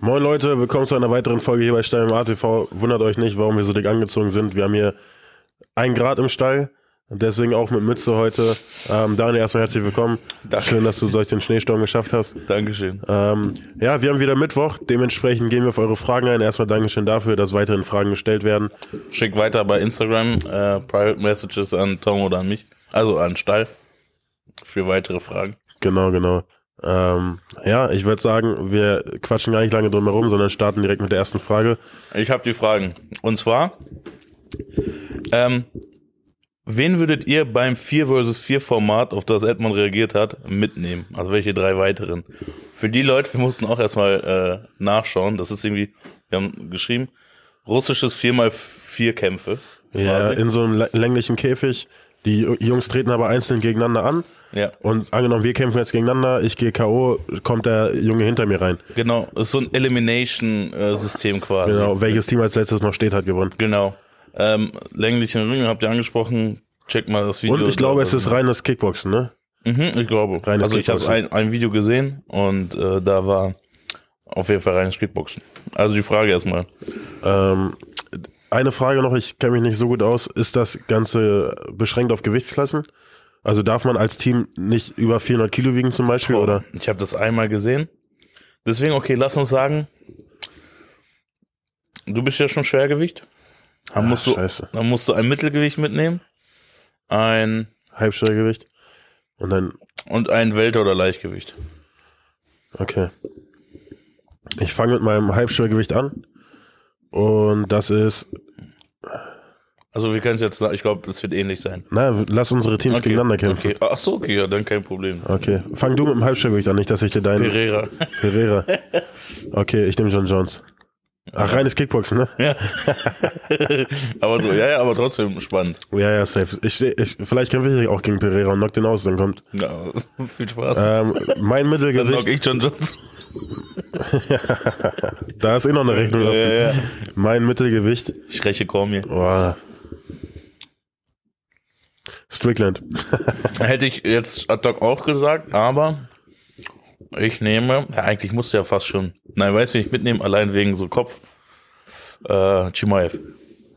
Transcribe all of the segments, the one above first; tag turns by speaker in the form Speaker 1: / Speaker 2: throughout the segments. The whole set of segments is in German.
Speaker 1: Moin Leute, willkommen zu einer weiteren Folge hier bei Stein im ATV. Wundert euch nicht, warum wir so dick angezogen sind. Wir haben hier ein Grad im Stall, deswegen auch mit Mütze heute. Ähm, Daniel, erstmal herzlich willkommen.
Speaker 2: Danke.
Speaker 1: Schön, dass du durch den Schneesturm geschafft hast.
Speaker 2: Dankeschön.
Speaker 1: Ähm, ja, wir haben wieder Mittwoch, dementsprechend gehen wir auf eure Fragen ein. Erstmal Dankeschön dafür, dass weiterhin Fragen gestellt werden.
Speaker 2: Schick weiter bei Instagram äh, Private Messages an Tom oder an mich. Also an Stall. Für weitere Fragen.
Speaker 1: Genau, genau. Ähm, ja, ich würde sagen, wir quatschen gar nicht lange drum herum, sondern starten direkt mit der ersten Frage.
Speaker 2: Ich habe die Fragen. Und zwar, ähm, wen würdet ihr beim 4 vs 4 Format, auf das Edmund reagiert hat, mitnehmen? Also welche drei weiteren? Für die Leute, wir mussten auch erstmal äh, nachschauen. Das ist irgendwie, wir haben geschrieben, russisches 4x4 Kämpfe.
Speaker 1: Ja,
Speaker 2: quasi.
Speaker 1: Äh, in so einem lä- länglichen Käfig. Die Ju- Jungs treten aber einzeln gegeneinander an.
Speaker 2: ja.
Speaker 1: Und angenommen, wir kämpfen jetzt gegeneinander, ich gehe K.O., kommt der Junge hinter mir rein.
Speaker 2: Genau, ist so ein Elimination-System quasi.
Speaker 1: Genau, welches Team als letztes noch steht, hat gewonnen.
Speaker 2: Genau. Ähm, länglichen Ring habt ihr angesprochen. Check mal das Video. Also,
Speaker 1: Und ich glaube, es ist reines Kickboxen, ne?
Speaker 2: Mhm, ich glaube.
Speaker 1: reines
Speaker 2: also ich habe
Speaker 1: Kickboxen.
Speaker 2: ein, ein Video gesehen und äh, da war auf jeden Fall reines Kickboxen. Also die Frage erstmal.
Speaker 1: Ähm, eine Frage noch, ich kenne mich nicht so gut aus. Ist das Ganze beschränkt auf Gewichtsklassen? Also darf man als Team nicht über 400 Kilo wiegen zum Beispiel, oder?
Speaker 2: Ich habe das einmal gesehen. Deswegen, okay, lass uns sagen, du bist ja schon Schwergewicht. Dann, musst, du,
Speaker 1: Ah, scheiße.
Speaker 2: dann musst du ein Mittelgewicht mitnehmen, ein
Speaker 1: Halbschwergewicht? Und dann,
Speaker 2: und ein Welter- oder Leichtgewicht.
Speaker 1: okay. Ich fange mit meinem Halbschwergewicht an. Und das ist,
Speaker 2: Also wir können es jetzt sagen, ich glaube, das wird ähnlich sein.
Speaker 1: na, lass unsere Teams
Speaker 2: Okay,
Speaker 1: gegeneinander kämpfen.
Speaker 2: Okay. Ach so, okay, ja, dann kein Problem.
Speaker 1: Okay, fang du mit dem Halbschwergewicht an, nicht, dass ich dir deinen
Speaker 2: Pereira.
Speaker 1: Pereira. Okay, ich nehme John Jones. Ach, reines Kickboxen, ne?
Speaker 2: ja. aber so, ja, ja, aber trotzdem spannend.
Speaker 1: Ja, ja, safe. Ich, steh- ich, vielleicht kämpfe ich auch gegen Pereira und knock den aus, dann kommt.
Speaker 2: Ja, viel Spaß.
Speaker 1: Ähm, mein
Speaker 2: dann knock
Speaker 1: Mittelgewicht,
Speaker 2: ich John Johnson.
Speaker 1: da ist eh noch eine Rechnung
Speaker 2: Ja,
Speaker 1: offen.
Speaker 2: ja, ja.
Speaker 1: Mein Mittelgewicht,
Speaker 2: Ich räche Cormier.
Speaker 1: boah. Strickland.
Speaker 2: Hätte ich jetzt ad hoc auch gesagt, aber ich nehme, ja, eigentlich musste ja fast schon. Nein, weißt du, ich mitnehmen, allein wegen so Kopf. Äh, Chimaev.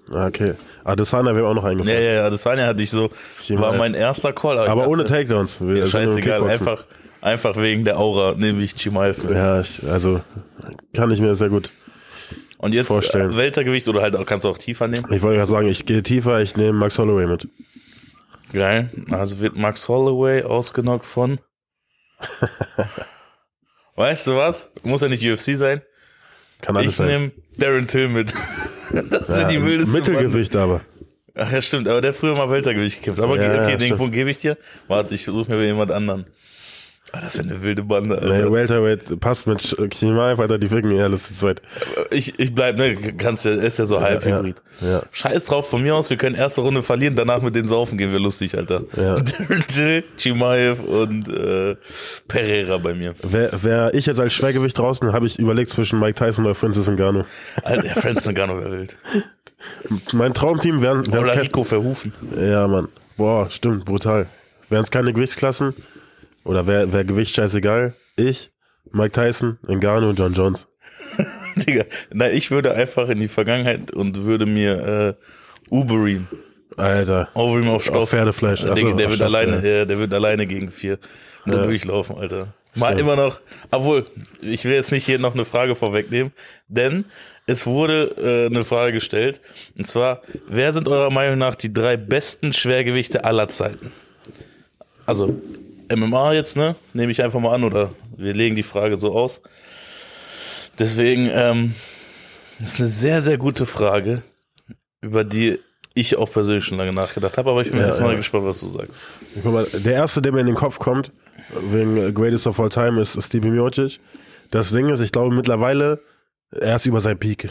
Speaker 1: Okay. Adesanya wäre auch noch
Speaker 2: Ja,
Speaker 1: eingefallen.
Speaker 2: ja, ja, das eine hatte ich so, war
Speaker 1: Chimaev.
Speaker 2: mein erster Call. ich
Speaker 1: Aber
Speaker 2: dachte,
Speaker 1: ohne Takedowns. Wir
Speaker 2: ja,
Speaker 1: sind nur im
Speaker 2: Scheißegal,
Speaker 1: Kickboxen.
Speaker 2: einfach, einfach wegen der Aura nehme ich Chimaev.
Speaker 1: Ja, ich, also kann ich mir sehr gut
Speaker 2: Und jetzt
Speaker 1: vorstellen.
Speaker 2: äh, Weltergewicht oder halt auch kannst du auch tiefer nehmen.
Speaker 1: Ich wollte ja sagen, ich gehe tiefer, ich nehme Max Holloway mit.
Speaker 2: Geil. Also wird Max Holloway ausgenockt von. weißt du was? Muss ja nicht UFC sein.
Speaker 1: Kann alles
Speaker 2: ich
Speaker 1: sein.
Speaker 2: nehme Darren Till mit. das sind die
Speaker 1: Ja,
Speaker 2: wildesten.
Speaker 1: Mittelgewicht aber.
Speaker 2: Mann. Ach ja, stimmt. Aber der hat früher mal Weltergewicht gekämpft. Aber
Speaker 1: Ja,
Speaker 2: ge- okay,
Speaker 1: ja,
Speaker 2: den
Speaker 1: stimmt.
Speaker 2: Punkt gebe ich dir. Warte, ich suche mir jemand anderen. Ah, das wäre eine wilde Bande,
Speaker 1: Nee,
Speaker 2: Alter.
Speaker 1: Welterweight passt mit Sch- Chimaev, Alter, die ficken ja alles zu zweit.
Speaker 2: ich, ich bleib, ne? Kannst ja, ist ja so halb Hybrid.
Speaker 1: Ja, ja.
Speaker 2: Scheiß drauf, von mir aus, wir können erste Runde verlieren, danach mit denen saufen gehen wir lustig, Alter.
Speaker 1: Ja.
Speaker 2: Darren Till, Chimaev und äh, Pereira bei mir.
Speaker 1: Wär, wär ich jetzt als Schwergewicht draußen, habe ich überlegt zwischen Mike Tyson oder Francis Ngannou.
Speaker 2: Alter, ja, Franz Ngannou wäre wild.
Speaker 1: Mein Traumteam wären, wären's
Speaker 2: Oder
Speaker 1: kein,
Speaker 2: Rico Verhufen.
Speaker 1: Ja, Mann. Boah, stimmt, brutal. Wären es keine Gewichtsklassen oder wäre wär Gewicht scheißegal, ich, Mike Tyson, Ngannou und John Jones.
Speaker 2: Digga. Nein, ich würde einfach in die Vergangenheit und würde mir äh, Uberim,
Speaker 1: Alter.
Speaker 2: Overeem auf Stoff.
Speaker 1: Auf Pferdefleisch.
Speaker 2: Digga,
Speaker 1: Ach so,
Speaker 2: der
Speaker 1: auf
Speaker 2: wird
Speaker 1: Stoff,
Speaker 2: alleine, ja. der wird alleine gegen vier da durchlaufen, Alter. Mal
Speaker 1: Stimmt.
Speaker 2: immer noch, obwohl, ich will jetzt nicht hier noch eine Frage vorwegnehmen, denn es wurde äh, eine Frage gestellt, und zwar, wer sind eurer Meinung nach die drei besten Schwergewichte aller Zeiten? Also, MMA jetzt, ne? Nehme ich einfach mal an, oder wir legen die Frage so aus. Deswegen, ähm, das ist eine sehr, sehr gute Frage, über die ich auch persönlich schon lange nachgedacht habe, aber ich bin
Speaker 1: Ja,
Speaker 2: erstmal
Speaker 1: ja.
Speaker 2: gespannt, was du sagst.
Speaker 1: Guck mal, der erste, der mir in den Kopf kommt, wegen äh, Greatest of All Time, ist Stevie Miocic. Das Ding ist, ich glaube mittlerweile, er ist über sein Peak.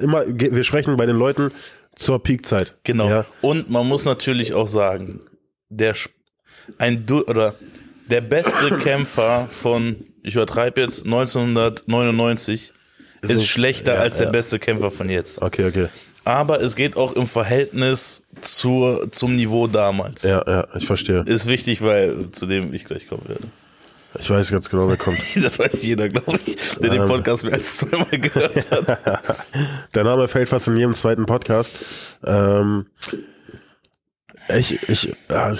Speaker 1: Immer, ge- wir sprechen bei den Leuten zur Peakzeit.
Speaker 2: Genau.
Speaker 1: Ja,
Speaker 2: Und man muss natürlich auch sagen, der Sp- ein du oder der beste Kämpfer von, ich übertreibe jetzt, 1999 ist,
Speaker 1: es-
Speaker 2: schlechter
Speaker 1: ja,
Speaker 2: als der
Speaker 1: ja.
Speaker 2: beste Kämpfer von jetzt.
Speaker 1: okay, okay.
Speaker 2: Aber es geht auch im Verhältnis zur, zum Niveau damals.
Speaker 1: Ja, ja, ich verstehe.
Speaker 2: Ist wichtig, weil zu dem ich gleich kommen werde.
Speaker 1: Ich weiß ganz genau, wer kommt.
Speaker 2: Das weiß jeder, glaube ich, der den
Speaker 1: Ähm.
Speaker 2: Podcast mehr als zweimal gehört hat.
Speaker 1: Der Name fällt fast in jedem zweiten Podcast. Ähm, ich, ich, äh,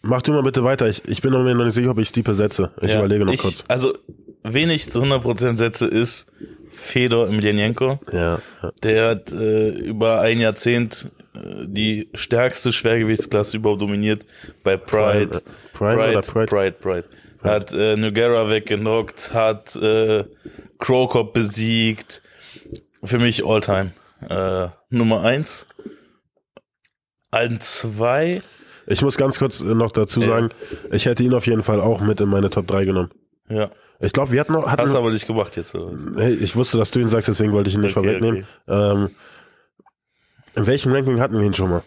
Speaker 1: mach du mal bitte weiter. Ich, ich bin mir noch nicht sicher, ob ich die besetze. Ich
Speaker 2: Ja,
Speaker 1: überlege noch
Speaker 2: ich-
Speaker 1: kurz.
Speaker 2: Also, wen ich zu 100% setze, ist Fedor Emelianenko.
Speaker 1: Ja, ja.
Speaker 2: Der hat äh, über ein Jahrzehnt äh, die stärkste Schwergewichtsklasse überhaupt dominiert bei Pride.
Speaker 1: Prime oder äh, Pride?
Speaker 2: Pride, Pride. Hat äh, Nogueira weggenockt, hat äh, Crocop besiegt. Für mich Alltime. Äh, Nummer eins. An zwei.
Speaker 1: Ich muss ganz kurz äh, noch dazu
Speaker 2: Ja.
Speaker 1: sagen, ich hätte ihn auf jeden Fall auch mit in meine Top 3 genommen.
Speaker 2: Ja.
Speaker 1: Ich glaube, wir hatten noch. Hatten,
Speaker 2: Hast du aber nicht gemacht jetzt. Oder? was?
Speaker 1: hey, ich wusste, dass du ihn sagst, deswegen wollte ich ihn nicht
Speaker 2: Okay,
Speaker 1: vorwegnehmen. Ähm, in welchem Ranking hatten wir ihn schon mal?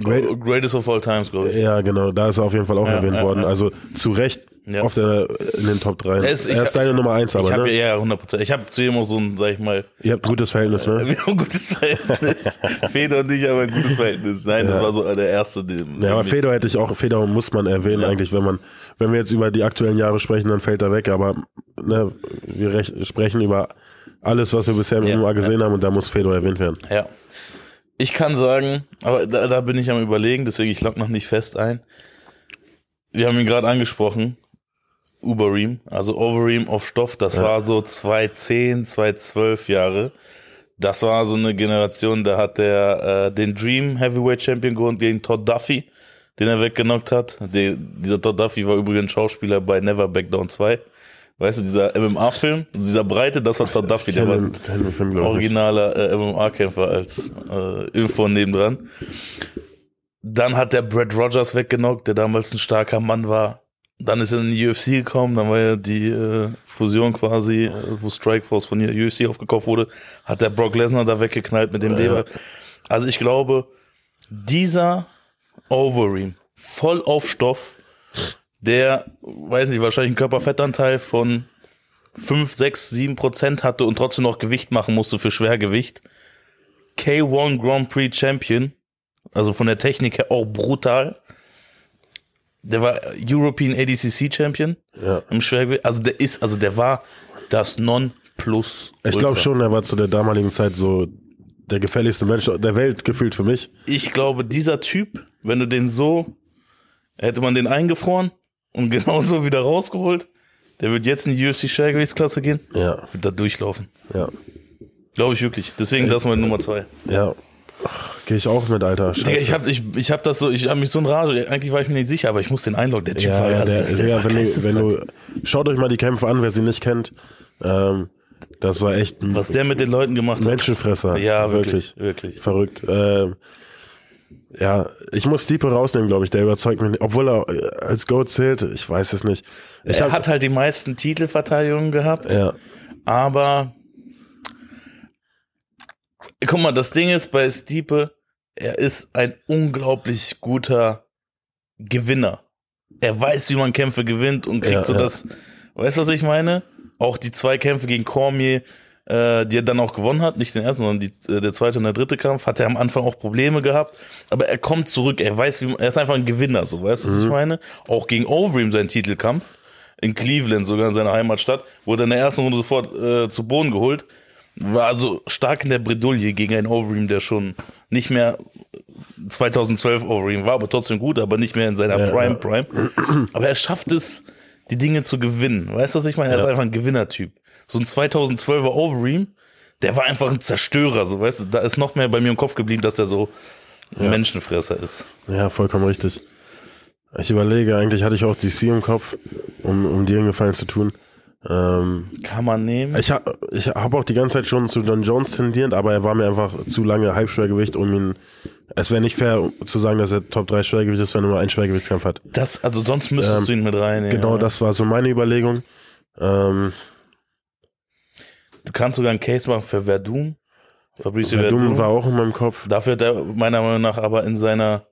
Speaker 1: Great,
Speaker 2: Oh, Greatest of all times, glaube ich.
Speaker 1: Ja, genau, da ist er auf jeden Fall auch
Speaker 2: Ja,
Speaker 1: erwähnt
Speaker 2: ja,
Speaker 1: worden.
Speaker 2: ja.
Speaker 1: Also zu Recht
Speaker 2: Ja.
Speaker 1: auf der, äh, in den Top 3. Er
Speaker 2: ist-
Speaker 1: ist,
Speaker 2: ich hab-
Speaker 1: deine Nummer 1, aber
Speaker 2: ich habe
Speaker 1: ne?
Speaker 2: ja, ja 100%. Ich habe zu ihm auch so ein, sag ich mal,
Speaker 1: ihr habt ein gutes Verhältnis, ne?
Speaker 2: Wir haben ein gutes Verhältnis. Fedor und ich haben ein gutes Verhältnis. Nein, das
Speaker 1: Ja.
Speaker 2: war so der erste. Den,
Speaker 1: Ja, aber
Speaker 2: den-
Speaker 1: Fedor hätte ich auch, Fedor muss man erwähnen
Speaker 2: Ja.
Speaker 1: eigentlich, wenn man, wenn wir jetzt über die aktuellen Jahre sprechen, dann fällt er weg, aber ne, wir rech, sprechen über alles, was wir bisher im
Speaker 2: Ja,
Speaker 1: MMA gesehen haben und da muss Fedor erwähnt werden.
Speaker 2: Ja. Ich kann sagen, aber da, da bin ich am überlegen, deswegen ich lock noch nicht fest ein. Wir haben ihn gerade angesprochen. Uberim, also Overeem auf Stoff, das war so 2010, 2012 Jahre. Das war so eine Generation, da hat der äh, den Dream Heavyweight Champion gewonnen gegen Todd Duffy, den er weggenockt hat. Den, dieser Todd Duffy war übrigens Schauspieler bei Never Back Down 2. Weißt du, dieser MMA-Film, dieser Breite, das war Todd Duffy,
Speaker 1: Ich
Speaker 2: der
Speaker 1: kenne
Speaker 2: war
Speaker 1: den, kenn den Film, glaube ich.
Speaker 2: originaler äh, MMA-Kämpfer als äh, Info nebendran. Dann hat der Brad Rogers weggenockt, der damals ein starker Mann war. Dann ist er in die UFC gekommen, dann war ja die äh, Fusion quasi, äh, wo Strikeforce von der UFC aufgekauft wurde, hat der Brock Lesnar da weggeknallt mit dem Lever. Also ich glaube, dieser Overeem, voll auf Stoff, der, weiß nicht, wahrscheinlich einen Körperfettanteil von 5, 6, 7 Prozent hatte und trotzdem noch Gewicht machen musste für Schwergewicht. K1 Grand Prix Champion, also von der Technik her auch brutal. Der war European ADCC Champion
Speaker 1: Ja.
Speaker 2: im Schwergewicht. Also der ist, also der war das Non-Plus.
Speaker 1: Ich glaube schon, er war zu der damaligen Zeit so der gefälligste Mensch der Welt gefühlt für mich.
Speaker 2: Ich glaube, dieser Typ, wenn du den so, hätte man den eingefroren und genauso wieder rausgeholt, der wird jetzt in die UFC Schwergewichtsklasse gehen,
Speaker 1: Ja,
Speaker 2: wird da durchlaufen.
Speaker 1: ja.
Speaker 2: Glaube ich wirklich. Deswegen das meine Nummer zwei.
Speaker 1: Ja. Gehe ich auch mit, Alter. Scheiße.
Speaker 2: äh, Digga, ich habe ich, ich hab das so, ich habe mich so in Rage, eigentlich war ich mir nicht sicher, aber ich muss den einloggen. Der Typ
Speaker 1: ja,
Speaker 2: war
Speaker 1: ja,
Speaker 2: also
Speaker 1: der,
Speaker 2: das-
Speaker 1: Digga,
Speaker 2: war
Speaker 1: wenn, du, wenn
Speaker 2: geisteskrank.
Speaker 1: du. Schaut euch mal die Kämpfe an, wer sie nicht kennt. Ähm, das war echt ein
Speaker 2: Was der mit den Leuten gemacht hat.
Speaker 1: Menschenfresser.
Speaker 2: Ja, wirklich, wirklich.
Speaker 1: Verrückt. Ähm, ja, ich muss Diepe rausnehmen, glaube ich. Der überzeugt mich nicht. Obwohl er äh, als Goat zählt, ich weiß es nicht. Ich
Speaker 2: Er
Speaker 1: hab-
Speaker 2: hat halt die meisten Titelverteidigungen gehabt,
Speaker 1: ja,
Speaker 2: aber guck mal, das Ding ist bei Stiepe, er ist ein unglaublich guter Gewinner. Er weiß, wie man Kämpfe gewinnt und kriegt
Speaker 1: Ja,
Speaker 2: so
Speaker 1: ja.
Speaker 2: das, weißt du, was ich meine? Auch die zwei Kämpfe gegen Cormier, äh, die er dann auch gewonnen hat, nicht den ersten, sondern die, äh, der zweite und der dritte Kampf, hat er am Anfang auch Probleme gehabt, aber er kommt zurück, er weiß, wie man, er ist einfach ein Gewinner, so, weißt du,
Speaker 1: Mhm.
Speaker 2: was ich meine? Auch gegen Overeem sein Titelkampf, in Cleveland, sogar in seiner Heimatstadt, wurde in der ersten Runde sofort äh, zu Boden geholt, war also stark in der Bredouille gegen einen Overeem, der schon nicht mehr 2012 Overeem war, aber trotzdem gut, aber nicht mehr in seiner
Speaker 1: Ja, ja.
Speaker 2: Prime Prime. Aber er schafft es, die Dinge zu gewinnen. Weißt du, was ich meine? Er ist einfach ein Gewinnertyp. So ein 2012er Overeem, der war einfach ein Zerstörer, so weißt du, da ist noch mehr bei mir im Kopf geblieben, dass er so ein Menschenfresser ist.
Speaker 1: ja, vollkommen richtig. Ich überlege, eigentlich hatte ich auch DC im Kopf, um, um dir einen Gefallen zu tun. Ähm,
Speaker 2: Kann man nehmen.
Speaker 1: Ich habe ich hab auch die ganze Zeit schon zu John Jones tendiert, aber er war mir einfach zu lange Halbschwergewicht, um ihn. Es wäre nicht fair um zu sagen, dass er Top 3 Schwergewicht ist, wenn er nur einen Schwergewichtskampf hat.
Speaker 2: Das, also sonst müsstest du ihn mit reinnehmen.
Speaker 1: Genau
Speaker 2: ja.
Speaker 1: das war so meine Überlegung. Ähm,
Speaker 2: Du kannst sogar einen Case machen für Verdum. Fabrice Verdum.
Speaker 1: Verdum war auch in meinem Kopf.
Speaker 2: Dafür hat er meiner Meinung nach aber in seiner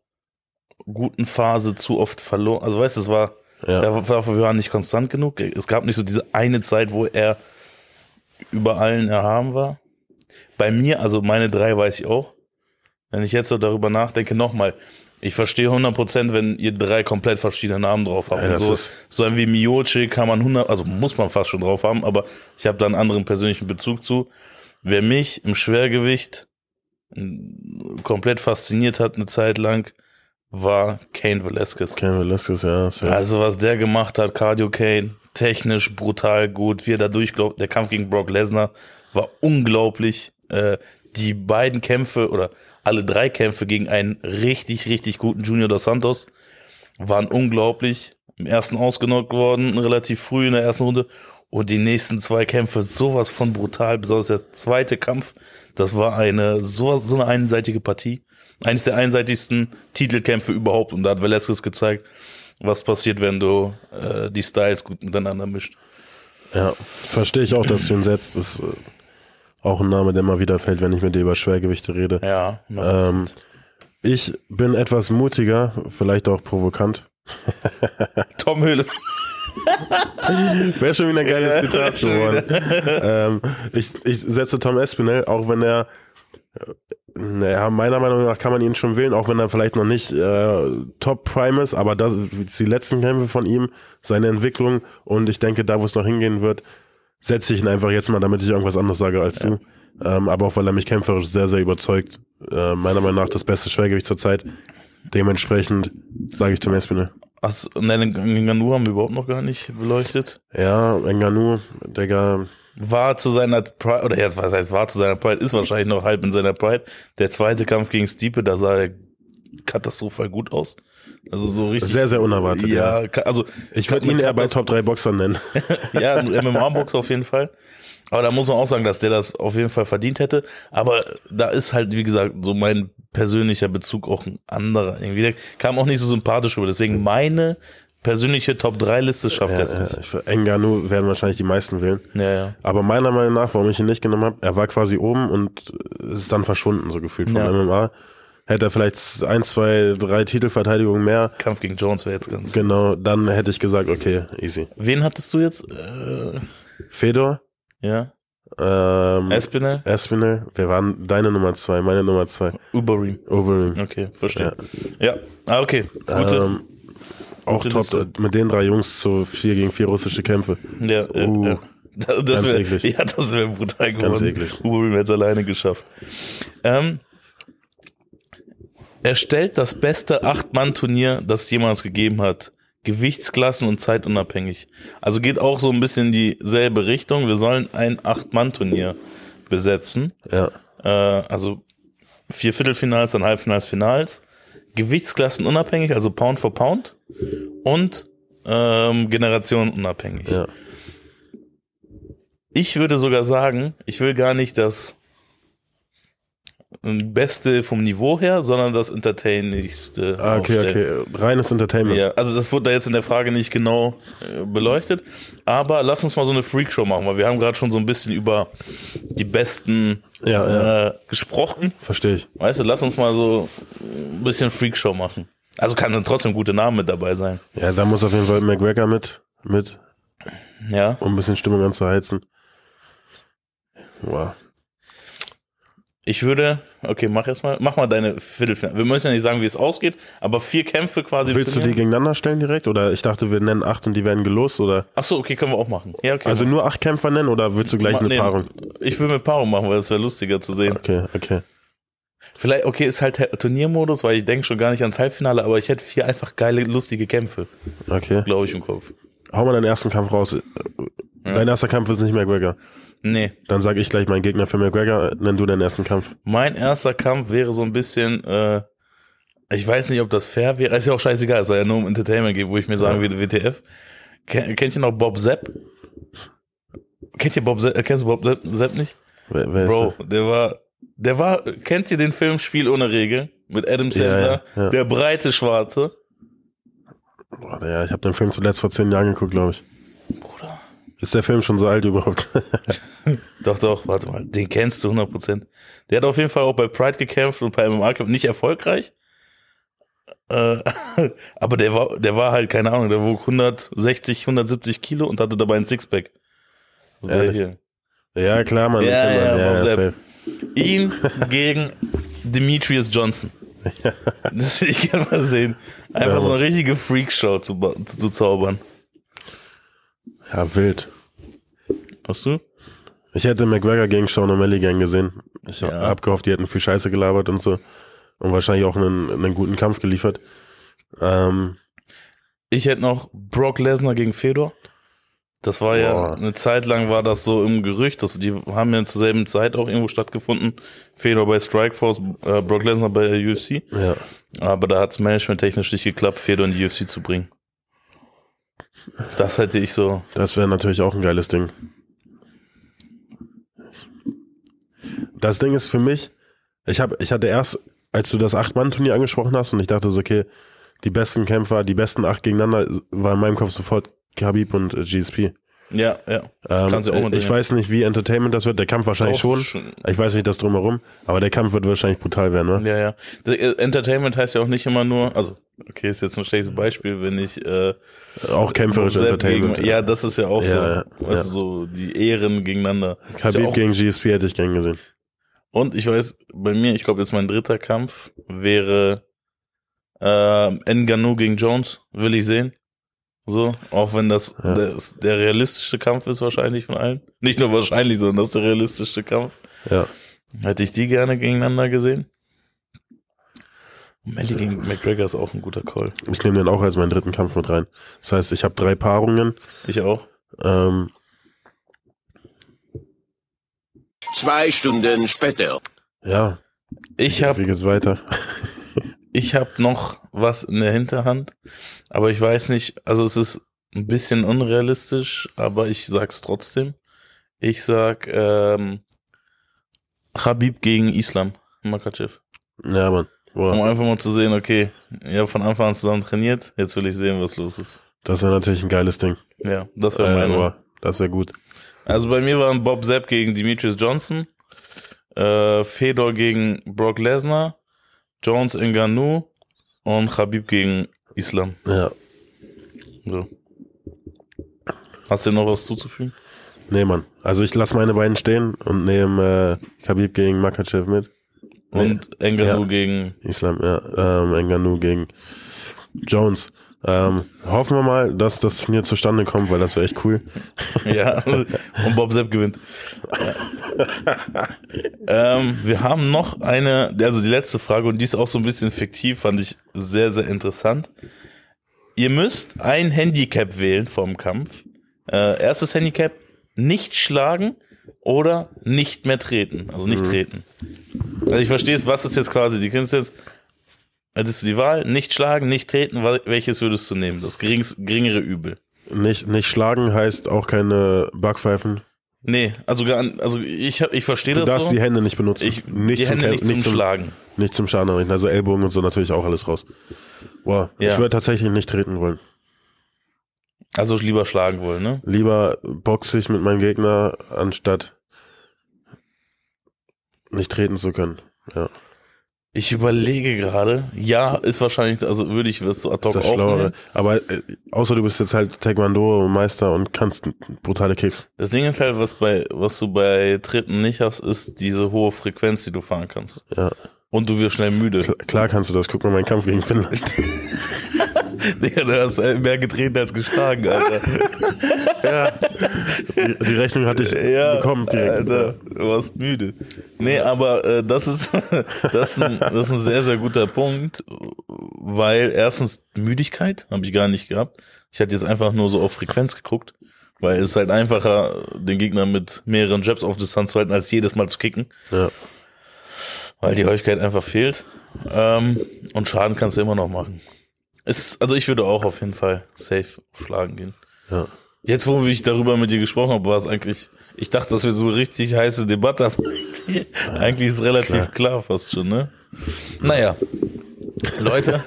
Speaker 2: guten Phase zu oft verloren. Also weißt du, es war,
Speaker 1: Ja.
Speaker 2: da war, wir waren nicht konstant genug. Es gab nicht so diese eine Zeit, wo er über allen erhaben war. Bei mir, also meine drei weiß ich auch. Wenn ich jetzt so darüber nachdenke, nochmal, Ich verstehe 100%, wenn ihr drei komplett verschiedene Namen drauf habt.
Speaker 1: Ja,
Speaker 2: Und
Speaker 1: das
Speaker 2: so,
Speaker 1: ist-
Speaker 2: so ein wie Miyochi kann man 100, also muss man fast schon drauf haben, aber ich habe da einen anderen persönlichen Bezug zu. Wer mich im Schwergewicht mm, komplett fasziniert hat eine Zeit lang, war Kane Velasquez.
Speaker 1: Ken Velasquez, ja. safe.
Speaker 2: Also was der gemacht hat, Cardio Kane, technisch brutal gut, wie er da durchglaubt. Der Kampf gegen Brock Lesnar war unglaublich. Äh, die beiden Kämpfe oder alle drei Kämpfe gegen einen richtig, richtig guten Junior Dos Santos waren unglaublich. Im ersten ausgenockt worden, relativ früh in der ersten Runde. Und die nächsten zwei Kämpfe sowas von brutal, besonders der zweite Kampf. Das war eine so, so eine einseitige Partie. Eines der einseitigsten Titelkämpfe überhaupt. Und da hat Velasquez gezeigt, was passiert, wenn du äh, die Styles gut miteinander mischt.
Speaker 1: Ja, verstehe ich auch, dass du ihn setzt. Das ist äh, auch ein Name, der mal wieder fällt, wenn ich mit dir über Schwergewichte rede.
Speaker 2: Ja.
Speaker 1: Ähm, ich bin etwas mutiger, vielleicht auch provokant.
Speaker 2: Tom Höhle.
Speaker 1: Wäre schon wieder ein geiles Zitat
Speaker 2: schon
Speaker 1: geworden. ähm, ich, ich setze Tom Espinel, auch wenn er, äh, naja, meiner Meinung nach kann man ihn schon wählen, auch wenn er vielleicht noch nicht äh, Top Prime ist, aber das, die letzten Kämpfe von ihm, seine Entwicklung und ich denke, da wo es noch hingehen wird, setze ich ihn einfach jetzt mal, damit ich irgendwas anderes sage als du. Ähm, aber auch weil er mich kämpferisch sehr, sehr überzeugt. Äh, meiner Meinung nach das beste Schwergewicht zur Zeit. Dementsprechend sage ich Tom Espinel.
Speaker 2: Hast, nein, Ngannou haben wir überhaupt noch gar nicht beleuchtet.
Speaker 1: Ja, Enganu, Digga,
Speaker 2: War zu seiner Pride, oder jetzt, was heißt war zu seiner Pride, ist wahrscheinlich noch halb in seiner Pride. Der zweite Kampf gegen Stiepe, da sah er katastrophal gut aus. Also so richtig.
Speaker 1: sehr, sehr unerwartet. ja.
Speaker 2: ja, ka- also
Speaker 1: Ich würde ihn eher bei
Speaker 2: Katast-
Speaker 1: Top 3 Boxern nennen.
Speaker 2: ja, ein MMA-Box auf jeden Fall. Aber da muss man auch sagen, dass der das auf jeden Fall verdient hätte. Aber da ist halt, wie gesagt, so mein persönlicher Bezug auch ein anderer. Irgendwie der kam auch nicht so sympathisch über. Deswegen meine persönliche Top-3-Liste schafft er es
Speaker 1: Ja,
Speaker 2: nicht.
Speaker 1: ich, Engano werden wahrscheinlich die meisten wählen.
Speaker 2: Ja, ja.
Speaker 1: Aber meiner Meinung nach, warum ich ihn nicht genommen habe, er war quasi oben und ist dann verschwunden, so gefühlt vom
Speaker 2: Ja.
Speaker 1: MMA. Hätte er vielleicht ein, zwei, drei Titelverteidigungen mehr,
Speaker 2: Kampf gegen Jones wäre jetzt ganz.
Speaker 1: genau, dann hätte ich gesagt, okay, easy.
Speaker 2: Wen hattest du jetzt? Äh,
Speaker 1: Fedor,
Speaker 2: ja.
Speaker 1: ähm,
Speaker 2: Espinel?
Speaker 1: Espinel, wir waren deine Nummer zwei, meine Nummer zwei.
Speaker 2: Uberim.
Speaker 1: Oberlin.
Speaker 2: Okay, verstehe. Ja. Ah, okay. Gute.
Speaker 1: Ähm, auch
Speaker 2: Gute
Speaker 1: top,
Speaker 2: Liste.
Speaker 1: mit den drei Jungs zu vier gegen vier russische Kämpfe.
Speaker 2: ja, ja,
Speaker 1: uh,
Speaker 2: ja. Da- Das
Speaker 1: ganz
Speaker 2: wär,
Speaker 1: eklig.
Speaker 2: Ja, das wäre brutal geworden.
Speaker 1: eklig.
Speaker 2: Uberim hätte es alleine geschafft. Ähm, er stellt das beste Acht-Mann-Turnier, das es jemals gegeben hat. Gewichtsklassen und zeitunabhängig. Also geht auch so ein bisschen in dieselbe Richtung. Wir sollen ein Acht-Mann-Turnier besetzen.
Speaker 1: Ja.
Speaker 2: äh, also vier Viertelfinals, dann Halbfinals, Finals, Gewichtsklassen unabhängig, also Pound for Pound und ähm, Generationen unabhängig.
Speaker 1: Ja.
Speaker 2: Ich würde sogar sagen, ich will gar nicht das ähm, Beste vom Niveau her, sondern das Entertainigste.
Speaker 1: Ah, okay,
Speaker 2: aufstellen.
Speaker 1: okay. Reines Entertainment.
Speaker 2: Ja, also das wurde da jetzt in der Frage nicht genau äh, beleuchtet. Aber lass uns mal so eine Freakshow machen, weil wir haben gerade schon so ein bisschen über die besten
Speaker 1: Ja, ja.
Speaker 2: Äh, gesprochen.
Speaker 1: Verstehe ich.
Speaker 2: Weißt du, lass uns mal so ein bisschen Freakshow machen. Also kann dann trotzdem gute Namen mit dabei sein.
Speaker 1: Ja, da muss auf jeden Fall McGregor mit, mit,
Speaker 2: Ja.
Speaker 1: um ein bisschen Stimmung anzuheizen. Wow.
Speaker 2: Ich würde, okay, mach erstmal, mach mal deine Viertelfinale. Wir müssen ja nicht sagen, wie es ausgeht, aber vier Kämpfe quasi.
Speaker 1: Willst du die gegeneinander stellen direkt? Oder ich dachte, wir nennen acht und die werden gelost, oder?
Speaker 2: Achso, okay, können wir auch machen. Ja, okay.
Speaker 1: Also nur acht Kämpfer nennen oder willst du gleich
Speaker 2: Genau. Ma-
Speaker 1: eine
Speaker 2: nee,
Speaker 1: Paarung?
Speaker 2: Ich will mit Paarung machen, weil das wäre lustiger zu sehen.
Speaker 1: Okay, okay.
Speaker 2: Vielleicht, okay, ist halt He- Turniermodus, weil ich denke schon gar nicht ans Halbfinale, aber ich hätte vier einfach geile, lustige Kämpfe,
Speaker 1: Okay.
Speaker 2: glaube ich, im Kopf.
Speaker 1: Hau mal deinen ersten Kampf raus. Dein erster Kampf ist nicht McGregor.
Speaker 2: Nee.
Speaker 1: Dann sage ich gleich meinen Gegner für McGregor, nenn du deinen ersten Kampf.
Speaker 2: Mein erster Kampf wäre so ein bisschen, äh, ich weiß nicht, ob das fair wäre. Ist ja auch scheißegal, es soll ja nur um Entertainment gehen, wo ich mir sagen würde, WTF. Ken, kennt ihr noch Bob Sepp? Kennt ihr Bob Sepp, äh, kennst du Bob Sepp, Sepp nicht?
Speaker 1: Wer, wer
Speaker 2: Bro,
Speaker 1: Ist
Speaker 2: der war, der war, kennt ihr den Film Spiel ohne Regel? Mit Adam Sandler,
Speaker 1: ja, ja.
Speaker 2: der breite Schwarze.
Speaker 1: der? Boah, ja, ich habe den Film zuletzt vor zehn Jahren geguckt, glaube ich.
Speaker 2: Bruder.
Speaker 1: Ist der Film schon so alt überhaupt?
Speaker 2: Doch, doch, warte mal, den kennst du 100%. Der hat auf jeden Fall auch bei Pride gekämpft und bei MMA gekämpft, nicht erfolgreich. Äh, aber der war, der war halt, keine Ahnung, der wog 160, 170 Kilo und hatte dabei ein Sixpack. Also der
Speaker 1: Ehrlich?
Speaker 2: hier.
Speaker 1: ja, klar, Mann.
Speaker 2: Ja,
Speaker 1: den kennt man.
Speaker 2: ja, Bob Sepp.
Speaker 1: safe.
Speaker 2: Ihn gegen Demetrius Johnson. Das will ich gerne mal sehen. Einfach
Speaker 1: Ja,
Speaker 2: so eine richtige Freakshow zu, ba- zu zaubern.
Speaker 1: Ja, wild.
Speaker 2: Hast du?
Speaker 1: Ich hätte McGregor gegen Sean O'Malley gern gesehen. Ich
Speaker 2: Ja.
Speaker 1: hab gehofft, die hätten viel Scheiße gelabert und so. Und wahrscheinlich auch einen, einen guten Kampf geliefert. Ähm,
Speaker 2: Ich hätte noch Brock Lesnar gegen Fedor. Das war ja,
Speaker 1: Boah.
Speaker 2: eine Zeit lang war das so im Gerücht, dass die haben ja zur selben Zeit auch irgendwo stattgefunden. Fedor bei Strikeforce, äh, Brock Lesnar bei der UFC.
Speaker 1: ja.
Speaker 2: Aber da hat's managementtechnisch nicht geklappt, Fedor in die UFC zu bringen. Das hätte ich so.
Speaker 1: Das wäre natürlich auch ein geiles Ding. Das Ding ist für mich, ich, hab, ich hatte erst, als du das Acht-Mann-Turnier angesprochen hast, und ich dachte so, okay, die besten Kämpfer, die besten acht gegeneinander, war in meinem Kopf sofort Khabib und äh, GSP.
Speaker 2: Ja, ja.
Speaker 1: Ähm,
Speaker 2: Kannst du auch
Speaker 1: äh,
Speaker 2: mal
Speaker 1: ich
Speaker 2: sehen.
Speaker 1: weiß nicht, wie Entertainment das wird. Der Kampf wahrscheinlich
Speaker 2: Doch,
Speaker 1: schon. Ich weiß nicht, das drumherum. Aber der Kampf wird wahrscheinlich brutal werden, ne?
Speaker 2: Ja, ja. Das, äh, Entertainment heißt ja auch nicht immer nur, also, okay, ist jetzt ein schlechtes Beispiel, wenn ich äh,
Speaker 1: Auch kämpferisches
Speaker 2: Sepp
Speaker 1: Entertainment.
Speaker 2: Gegen, ja, das ist ja auch
Speaker 1: Ja,
Speaker 2: so.
Speaker 1: ja,
Speaker 2: also
Speaker 1: ja.
Speaker 2: so die Ehren gegeneinander. Ist ja
Speaker 1: Khabib
Speaker 2: auch,
Speaker 1: gegen GSP hätte ich gern gesehen.
Speaker 2: und ich weiß, bei mir, ich glaube, jetzt mein dritter Kampf wäre äh, Ngannou gegen Jones, will ich sehen. So, auch wenn das,
Speaker 1: Ja.
Speaker 2: das der realistische Kampf ist wahrscheinlich von allen. Nicht nur wahrscheinlich, sondern das ist der realistischste Kampf.
Speaker 1: Ja.
Speaker 2: Hätte ich die gerne gegeneinander gesehen. Melly gegen McGregor ist auch ein guter Call.
Speaker 1: Ich nehme den auch als meinen dritten Kampf mit rein. Das heißt, ich habe drei Paarungen.
Speaker 2: Ich auch.
Speaker 1: Ähm,
Speaker 3: Zwei Stunden später.
Speaker 1: ja,
Speaker 2: Ich habe
Speaker 1: wie geht's weiter?
Speaker 2: ich habe noch was in der Hinterhand, aber ich weiß nicht, also es ist ein bisschen unrealistisch, aber ich sag's trotzdem. Ich sag ähm, Habib gegen Islam Makachev.
Speaker 1: Ja, Mann.
Speaker 2: Um
Speaker 1: Boah,
Speaker 2: einfach mal zu sehen, okay, ihr habt von Anfang an zusammen trainiert, jetzt will ich sehen, was los ist.
Speaker 1: das wäre natürlich ein geiles Ding.
Speaker 2: Ja, das wäre
Speaker 1: Äh,
Speaker 2: meine.
Speaker 1: boah, das wäre gut.
Speaker 2: Also bei mir waren Bob Sepp gegen Demetrius Johnson, äh, Fedor gegen Brock Lesnar, Jones Ngannou und Habib gegen Islam.
Speaker 1: Ja.
Speaker 2: So. Hast du noch was zuzufügen?
Speaker 1: Nee, Mann. Also ich lasse meine beiden stehen und nehme äh, Khabib gegen Makachev mit. Nee.
Speaker 2: Und Engano
Speaker 1: Ja.
Speaker 2: gegen.
Speaker 1: Islam, ja. Ähm, Enganu gegen Jones. Ähm, hoffen wir mal, dass das Turnier zustande kommt, weil das wäre echt cool.
Speaker 2: Ja, und Bob Sepp gewinnt. ähm, wir haben noch eine, also die letzte Frage, und die ist auch so ein bisschen fiktiv, fand ich sehr, sehr interessant. Ihr müsst ein Handicap wählen vom Kampf. Äh, erstes Handicap, nicht schlagen oder nicht mehr treten. Also nicht treten. Also ich verstehe es, was ist jetzt quasi die Kunst jetzt? Hättest du die Wahl, nicht schlagen, nicht treten, wel- welches würdest du nehmen? Das gerings, geringere Übel.
Speaker 1: Nicht, nicht schlagen heißt auch keine Backpfeifen.
Speaker 2: Nee, also, gar, also ich, hab- ich verstehe
Speaker 1: Du
Speaker 2: das
Speaker 1: darfst
Speaker 2: so.
Speaker 1: die Hände nicht benutzen.
Speaker 2: ich,
Speaker 1: nicht
Speaker 2: die
Speaker 1: zum
Speaker 2: Hände
Speaker 1: Kä-
Speaker 2: nicht zum, Schlagen.
Speaker 1: Nicht zum Schaden anrichten. Also Ellbogen und so natürlich auch alles raus. Boah,
Speaker 2: Ja.
Speaker 1: ich würde tatsächlich nicht treten wollen.
Speaker 2: Also lieber schlagen wollen, ne?
Speaker 1: Lieber boxe ich mit meinem Gegner, anstatt nicht treten zu können. Ja,
Speaker 2: Ich überlege gerade, ja, ist wahrscheinlich, also würde ich jetzt so ad
Speaker 1: das
Speaker 2: hoc
Speaker 1: ist das
Speaker 2: auch ne?
Speaker 1: Schlauere.
Speaker 2: nehmen.
Speaker 1: Aber äh, außer du bist jetzt halt Taekwondo-Meister und kannst brutale Kicks.
Speaker 2: Das Ding ist halt, was bei, was du bei Tritten nicht hast, ist diese hohe Frequenz, die du fahren kannst.
Speaker 1: Ja.
Speaker 2: Und du wirst schnell müde.
Speaker 1: Kl- Klar kannst du das. Guck mal meinen Kampf gegen Finnland.
Speaker 2: Digga, du hast mehr getreten als geschlagen, Alter.
Speaker 1: Die, die Rechnung hatte ich bekommen direkt.
Speaker 2: Alter, du warst müde. Nee, aber äh, das, ist, das, ist ein, das ist ein sehr, sehr guter Punkt, weil erstens Müdigkeit habe ich gar nicht gehabt. Ich hatte jetzt einfach nur so auf Frequenz geguckt, weil es ist halt einfacher, den Gegner mit mehreren Jabs auf Distanz zu halten, als jedes Mal zu kicken,
Speaker 1: Ja.
Speaker 2: weil die Häufigkeit einfach fehlt. Ähm, und Schaden kannst du immer noch machen. Ist, also ich würde auch auf jeden Fall safe auf schlagen gehen.
Speaker 1: Ja.
Speaker 2: Jetzt, wo ich darüber mit dir gesprochen habe, war es eigentlich, ich dachte, das wird so eine richtig heiße Debatte, aber eigentlich, eigentlich ist es relativ klar. fast schon, ne? Naja. Leute,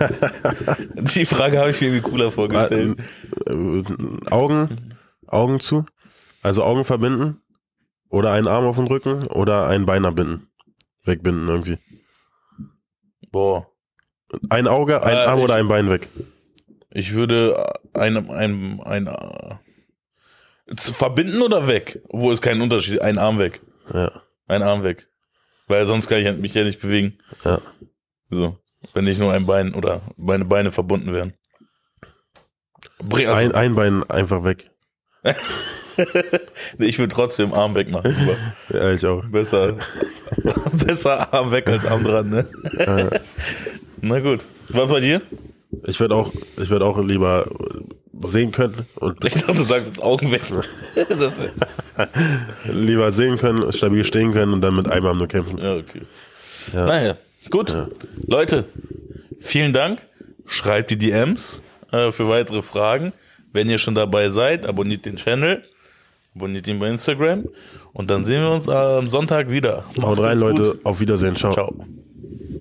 Speaker 2: die Frage habe ich mir irgendwie cooler vorgestellt.
Speaker 1: äh, Augen, Augen zu, also Augen verbinden oder einen Arm auf den Rücken oder ein Bein abbinden. Wegbinden irgendwie.
Speaker 2: Boah.
Speaker 1: Ein Auge, ein
Speaker 2: Äh,
Speaker 1: Arm
Speaker 2: ich-
Speaker 1: oder ein Bein weg.
Speaker 2: Ich würde einem, einem, ein, äh, zu verbinden oder weg? Wo ist kein Unterschied? Ein Arm weg.
Speaker 1: Ja.
Speaker 2: halt Ein Arm weg. Weil sonst kann ich mich ja nicht bewegen.
Speaker 1: Ja.
Speaker 2: So. Wenn nicht nur ein Bein oder meine Beine verbunden wären. Bre- also,
Speaker 1: Ein, ein Bein einfach weg.
Speaker 2: ich will trotzdem Arm wegmachen. Aber
Speaker 1: Ja, ich auch.
Speaker 2: besser, besser Arm weg als Arm dran, ne? Na gut. Was bei dir?
Speaker 1: Ich werde auch, ich werd auch lieber sehen können und
Speaker 2: Ich dachte, du sagst jetzt Augen weg. Das,
Speaker 1: lieber sehen können, stabil stehen können und dann mit einem Arm nur kämpfen.
Speaker 2: ja, okay. Naja, gut. Leute, vielen Dank. Schreibt die DMs äh, für weitere Fragen. Wenn ihr schon dabei seid, abonniert den Channel, abonniert ihn bei Instagram und dann sehen wir uns am Sonntag wieder.
Speaker 1: Haut
Speaker 2: Macht
Speaker 1: rein,
Speaker 2: es gut.
Speaker 1: Leute. Auf Wiedersehen. Ciao.
Speaker 2: Ciao.